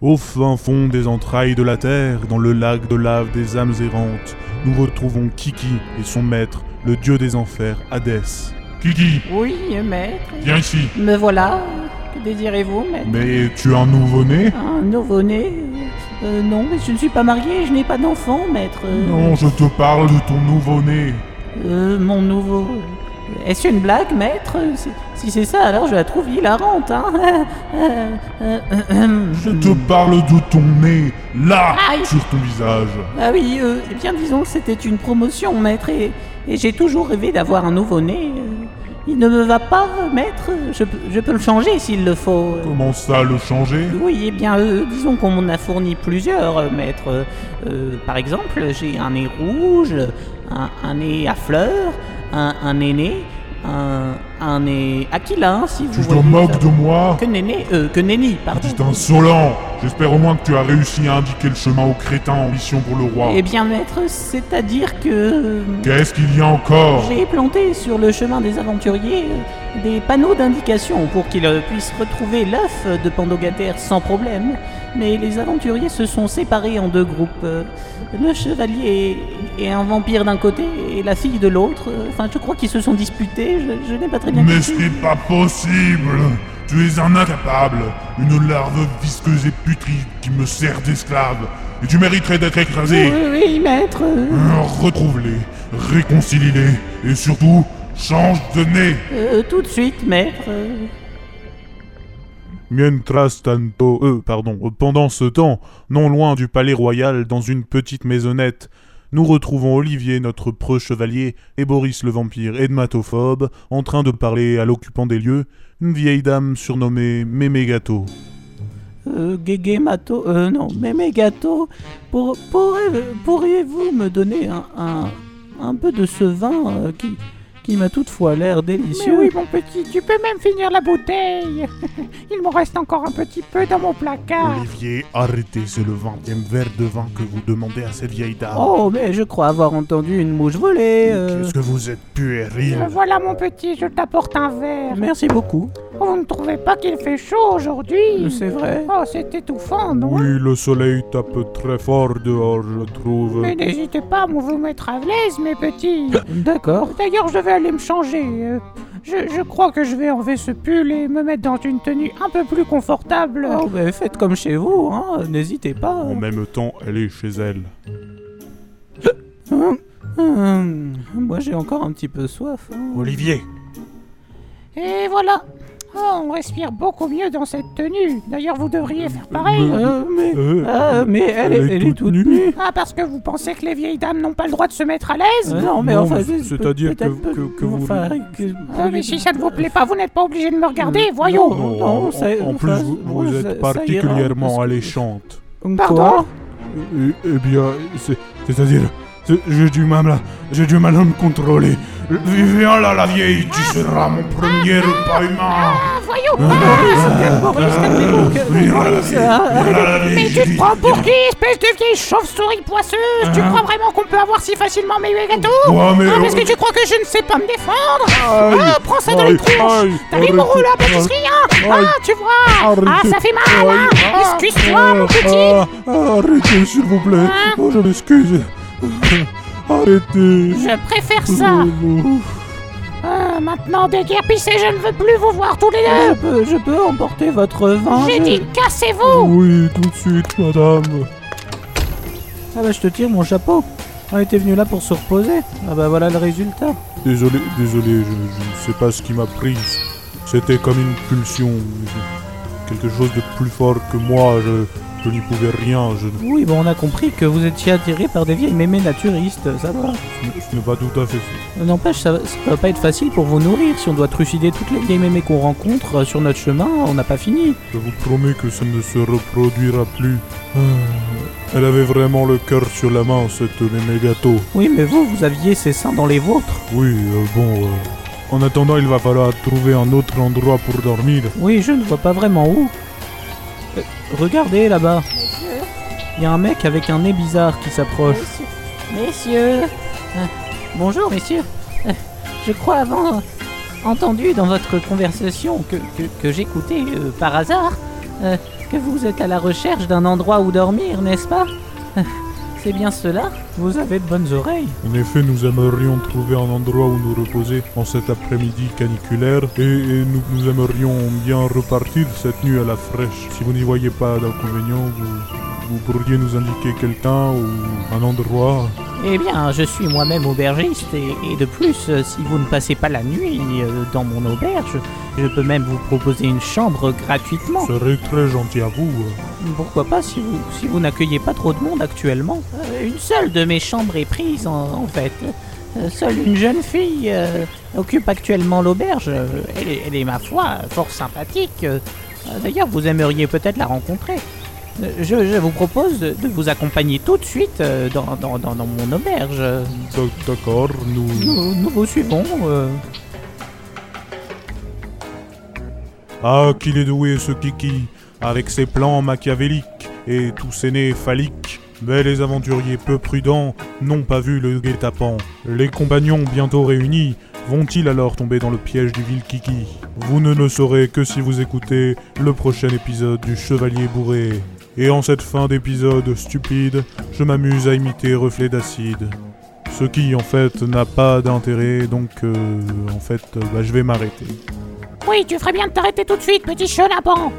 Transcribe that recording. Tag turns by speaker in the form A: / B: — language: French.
A: Au fin fond des entrailles de la terre, dans le lac de lave des âmes errantes, nous retrouvons Kiki et son maître, le dieu des enfers, Hadès.
B: Kiki,
C: Oui, maître.
B: viens ici.
C: Me voilà. Que désirez-vous, maître
A: Mais tu as un nouveau-né
C: Un nouveau-né Euh, Non, mais je ne suis pas mariée, je n'ai pas d'enfant, maître. Euh,
A: Non, je te parle de ton nouveau-né.
C: euh, mon nouveau. Est-ce une blague, maître Si- Si c'est ça, alors je la trouve hilarante, hein Euh, euh, euh,
A: Je te
B: Hmm.
A: parle de ton nez, là,
C: Aïe.
A: sur ton visage.
C: Ah oui, euh, eh bien disons que c'était une promotion, maître, et, et j'ai toujours rêvé d'avoir un nouveau-né. euh. Il ne me va pas, maître, je, peux- je peux le changer s'il le faut. euh.
A: Comment ça le changer
C: Oui, eh bien, euh, disons qu'on m'en a fourni plusieurs, euh, maître. Euh, euh, par exemple, j'ai un nez rouge, un, un nez à fleurs, un, un aîné, un, un nez aquilin, si
A: Tu
C: vous
A: te
C: voulez.
A: moques de moi
C: Que néné, euh, que nenni, pardon.
A: Petit insolent J'espère au moins que tu as réussi à indiquer le chemin aux crétins en mission pour le roi.
C: Eh bien, maître, c'est-à-dire que... euh,
A: Qu'est-ce qu'il y a encore
C: J'ai planté sur le chemin des aventuriers euh, des panneaux d'indication pour qu'ils euh, puissent retrouver l'œuf euh, de Pandogater sans problème. Mais les aventuriers se sont séparés en deux groupes. Euh, Le chevalier et un vampire d'un côté et la fille de l'autre. Euh, Enfin, je crois qu'ils se sont disputés. Je, je n'ai pas très bien
A: Mais ce
C: compris.
A: n'est pas possible Tu es un incapable, une larve visqueuse et putride qui me sert d'esclave, et tu mériterais d'être
C: Oui,
A: écrasé
C: oui, maître. Euh,
A: Hum, Retrouve-les, réconcilie-les, et surtout, change de nez
C: euh, tout de suite, maître. Euh,
A: Mientras tanto, euh, pardon, pendant ce temps, non loin du palais royal, dans une petite maisonnette, nous retrouvons Olivier, notre preux chevalier, et Boris le vampire edmatophobe, en train de parler à l'occupant des lieux, une vieille dame surnommée Mémé Gâteau.
C: Euh, Guégué Mato, euh, non, Mémé Gâteau, pour, pourrez- pourriez-vous me donner un, un, un peu de ce vin euh, qui, qui m'a toutefois l'air
D: Mais
C: délicieux
D: oui, mon petit, tu peux même finir la bouteille. Il m'en reste encore un petit peu dans mon placard.
A: Olivier, arrêtez, c'est le vingtième verre de vin que vous demandez à cette vieille dame.
C: Oh, mais je crois avoir entendu une mouche voler. euh.
A: que vous êtes
D: Le
A: puéril
D: voilà, mon petit, je t'apporte un verre.
C: Merci beaucoup,
D: Oh, Vous ne trouvez pas qu'il fait chaud aujourd'hui
C: c'est vrai.
D: Oh, c'est étouffant, non
A: Oui, le soleil tape très fort dehors, je trouve.
D: Mais n'hésitez pas à me vous mettre à l'aise, mes petits.
C: D'accord.
D: D'ailleurs, je vais aller me changer. Euh, Je, je crois que je vais enlever ce pull et me mettre dans une tenue un peu plus confortable.
C: Oh, mais faites comme chez vous, hein, n'hésitez pas.
A: En même temps, elle est chez elle.
C: Hum, hum, moi j'ai encore un petit peu soif. hein.
A: Olivier,
D: Et voilà. Oh, on respire beaucoup mieux dans cette tenue. D'ailleurs, vous devriez faire pareil.
C: Euh, mais,
A: Euh,
C: ah, mais elle, est, elle est toute nue.
D: Ah, parce que vous pensez que les vieilles dames n'ont pas le droit de se mettre à l'aise
C: Euh, non, mais
A: Non,
C: enfin,
A: mais
C: c'est-
A: c'est-à-dire que-
C: peut-être
A: que- que
C: peu-
A: vous-
C: enfin, que-
D: Ah, mais si ça ne vous plaît pas, vous n'êtes pas obligé de me regarder, voyons.
C: Non,
A: Mm. Non,
C: non,
A: en-
C: ça-
A: en,
C: enfin,
A: plus, vous,
C: moi,
A: vous
C: ça- ça
A: êtes
C: ira, parce
A: particulièrement
C: que-
A: alléchante.
D: Pardon
A: Eh, eh bien, c'est- c'est-à-dire, c'est- j'ai du mal à, j'ai du mal à me contrôler. Viens là, la vieille, tu seras mon premier pas humain.
D: Ah, voyons. Ah,
C: Boris, calmez-vous, que-
A: Viens là, la
C: Boris,
A: vieille,
C: ah,
A: viens là, la vieille,
D: Mais
A: je
D: tu te
A: dis-
D: prends pour qui, espèce de vieille chauve-souris poisseuse Tu crois vraiment qu'on peut avoir si facilement mes gâteaux
A: Ah. Ouais, mais-
D: Ah, parce que tu crois que je ne sais pas me défendre
A: Aïe,
D: Ah, prends ça dans
A: aïe,
D: les tronches
A: aïe,
D: T'as vu mon
A: arrêtez,
D: rouleau à pâtisserie, hein
A: aïe,
D: Ah, tu vois Ah, ça fait mal, hein
A: Aïe, ah,
D: Excuse-moi, mon
A: ah,
D: petit
A: ah, ah, Arrêtez, s'il vous plaît.
D: Hein
A: Oh, je m'excuse. Ah, Arrêtez.
D: Je préfère ça Ah, Maintenant, déguerpissez, je ne veux plus vous voir tous les deux
C: Je peux, je peux emporter votre vin.
D: J'ai
C: je-
D: dit, cassez-vous
A: Oh, Oui, tout de suite, madame.
C: Ah bah je te tire mon chapeau. On était venu là pour se reposer. Ah bah voilà le résultat.
A: Désolé, désolé, je, je ne sais pas ce qui m'a prise. C'était comme une pulsion. Quelque chose de plus fort que moi, je, je n'y pouvais rien. Je,
C: Oui, bon on a compris que vous étiez attiré par des vieilles mémées naturistes, ça va.
A: ce n'est pas tout à fait ça.
C: N'empêche, ça, ça va pas être facile pour vous nourrir. Si on doit trucider toutes les vieilles mémées qu'on rencontre euh, sur notre chemin, on n'a pas fini.
A: Je vous promets que ça ne se reproduira plus. Ah, Elle avait vraiment le cœur sur la main, cette mémé gâteau.
C: Oui, mais vous, vous aviez ces seins dans les vôtres.
A: Oui, euh, bon. euh, en attendant, il va falloir trouver un autre endroit pour dormir.
C: Oui, je ne vois pas vraiment où. Euh, regardez là-bas. Il y a un mec avec un nez bizarre qui s'approche.
D: Messieurs
C: Euh, Bonjour, messieurs. Euh, Je crois avoir entendu dans votre conversation que, que- que j'écoutais euh, par hasard euh, que vous êtes à la recherche d'un endroit où dormir, n'est-ce pas Euh, C'est bien cela Vous avez de bonnes oreilles.
A: En effet, nous aimerions trouver un endroit où nous reposer en cet après-midi caniculaire et, et nous, nous aimerions bien repartir cette nuit à la fraîche. Si vous n'y voyez pas d'inconvénient, vous, vous pourriez nous indiquer quelqu'un ou un endroit.
C: Eh bien, je suis moi-même aubergiste et, et de plus, euh, si vous ne passez pas la nuit euh, dans mon auberge, je peux même vous proposer une chambre gratuitement.
A: Serait très gentil à vous.
C: Pourquoi pas si vous, si vous n'accueillez pas trop de monde actuellement Euh, Une seule de mes chambres est prise en, en fait. Euh, seule une jeune fille euh, occupe actuellement l'auberge. Euh, Elle, est- elle est ma foi fort sympathique. Euh, euh, D'ailleurs, vous aimeriez peut-être la rencontrer. Euh, Je, je vous propose de, de vous accompagner tout de suite euh, dans, dans- dans- dans mon auberge.
A: D'ac- D'accord, nous.
C: Nous, nous vous suivons. euh.
A: Ah, qu'il est doué ce Kiki, avec ses plans machiavéliques et tous ses nez phalliques. Mais les aventuriers peu prudents n'ont pas vu le guet-apens. Les compagnons bientôt réunis vont-ils alors tomber dans le piège du vil Kiki Vous ne le saurez que si vous écoutez le prochain épisode du Chevalier Bourré. Et en cette fin d'épisode stupide, je m'amuse à imiter Reflet d'Acide. Ce qui en fait n'a pas d'intérêt, donc euh, en fait, bah, je vais m'arrêter.
D: Oui, tu ferais bien de t'arrêter tout de suite, petit chenapan